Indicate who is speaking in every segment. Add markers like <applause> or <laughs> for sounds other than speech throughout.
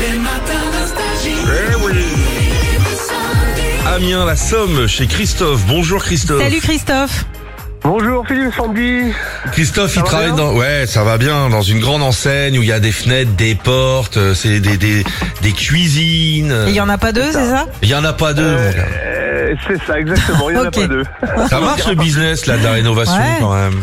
Speaker 1: Les matins nostalgiques.
Speaker 2: Eh oui Amiens, la Somme, chez Christophe. Bonjour Christophe.
Speaker 3: Salut Christophe.
Speaker 4: Bonjour Philippe Sandy.
Speaker 2: Christophe,
Speaker 4: Ça
Speaker 2: il
Speaker 4: va
Speaker 2: travaille
Speaker 4: bien
Speaker 2: dans, ouais, ça va bien, dans une grande enseigne où il y a des fenêtres, des portes, euh, c'est des, des, des cuisines.
Speaker 3: Il y en a pas deux, c'est ça
Speaker 2: Il y en a pas deux. mon gars.
Speaker 4: Euh, c'est ça, exactement. Il n'y en a
Speaker 3: Ok.
Speaker 4: pas deux.
Speaker 2: Ça marche le business, là, de la rénovation,
Speaker 3: Ouais.
Speaker 2: quand même.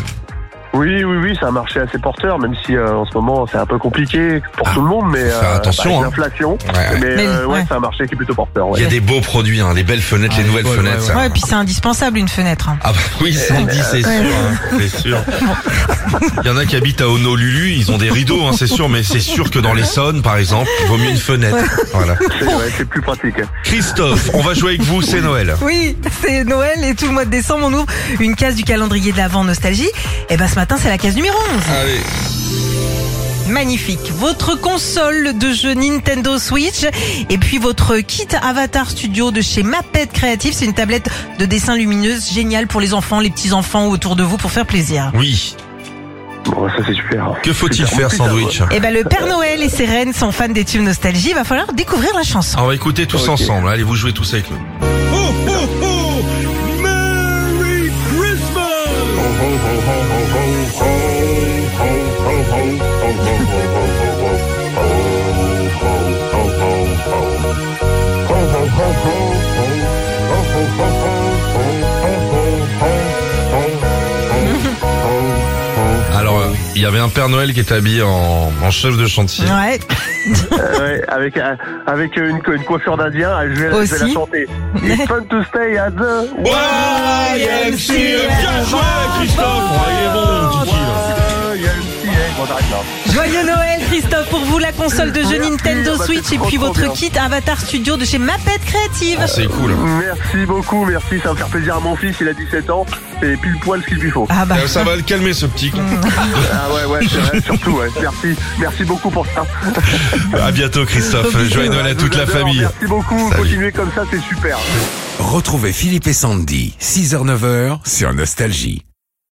Speaker 4: Oui, oui, oui, c'est un marché assez porteur, même si euh, en ce moment c'est un peu compliqué pour tout le monde, mais
Speaker 2: Ah, faire attention,
Speaker 4: avec
Speaker 2: hein.
Speaker 4: l'inflation.
Speaker 2: Ouais, ouais.
Speaker 4: Mais,
Speaker 3: Mais,
Speaker 4: euh, ouais,
Speaker 3: ouais.
Speaker 4: c'est un marché qui est plutôt porteur.
Speaker 2: Il y
Speaker 4: Ouais.
Speaker 2: a des beaux produits, hein, les belles fenêtres, les nouvelles fenêtres. ça.
Speaker 3: Ah, Ouais, et puis c'est indispensable une fenêtre. hein.
Speaker 2: Ah bah oui, Sandy, c'est sûr,
Speaker 3: Ouais.
Speaker 2: hein, c'est sûr. Il y en a qui habitent à Honolulu, ils ont des rideaux, hein, c'est sûr, mais c'est sûr que dans les L'Essonne, par exemple, il vaut mieux une fenêtre. Voilà.
Speaker 4: C'est ouais, c'est plus pratique.
Speaker 2: Christophe, on va jouer avec vous, c'est Noël.
Speaker 3: Oui, c'est Noël et tout le mois de décembre, on ouvre une case du calendrier de l'Avent Nostalgie. Et ben ce matin, c'est la case numéro 11.
Speaker 2: Allez.
Speaker 3: Magnifique. Votre console de jeu Nintendo Switch et puis votre kit Avatar Studio de chez Mapet Creative. C'est une tablette de dessin lumineuse géniale pour les enfants, les petits-enfants autour de vous pour faire plaisir.
Speaker 2: Oui.
Speaker 4: Bon, ça
Speaker 2: <laughs>
Speaker 4: c'est super.
Speaker 2: Que faut-il
Speaker 4: Super.
Speaker 2: faire,
Speaker 4: Putain,
Speaker 2: Sandwich
Speaker 3: Et ben le Père Noël et ses reines sont fans des tubes Nostalgie. Il va falloir découvrir la chanson.
Speaker 2: On va écouter tous
Speaker 4: Ok.
Speaker 2: ensemble. Allez, vous jouez tous avec nous. Alors, euh, il y avait un Père Noël qui était habillé en, en chef de chantier.
Speaker 3: Ouais.
Speaker 4: Euh, ouais, avec euh, avec euh, une, co- une coiffure d'indien, euh, je, vais- je vais la
Speaker 3: Aussi.
Speaker 4: chanter.
Speaker 2: <laughs>
Speaker 4: It's fun to stay at the
Speaker 3: YMCA. Bien joué,
Speaker 2: Christophe.
Speaker 4: YMCA. Bon, t'arrêtes là.
Speaker 3: Joyeux Noël Christophe pour vous la console de jeu
Speaker 4: Merci,
Speaker 3: Nintendo
Speaker 4: bah, c'est
Speaker 3: Switch et
Speaker 4: trop,
Speaker 3: puis
Speaker 4: trop
Speaker 3: votre
Speaker 4: bien. Ah,
Speaker 3: kit Avatar Studio de chez Mapet Creative.
Speaker 2: C'est cool.
Speaker 4: Merci beaucoup, merci, ça va me faire plaisir à mon fils, il a 17 ans, c'est pile poil ce qu'il lui faut.
Speaker 3: Ah bah
Speaker 2: Euh, Ça va le calmer, ce petit. con.
Speaker 4: Ah ouais, ouais, c'est vrai, surtout, ouais. Merci, merci beaucoup pour ça.
Speaker 2: À bientôt, Christophe. Joyeux Noël à
Speaker 4: Je
Speaker 2: toute
Speaker 4: vous
Speaker 2: la
Speaker 4: adore,
Speaker 2: famille.
Speaker 4: Merci beaucoup,
Speaker 2: Salut.
Speaker 4: continuez comme ça, c'est super.
Speaker 5: Retrouvez Philippe et Sandy, 6h-9h sur Nostalgie.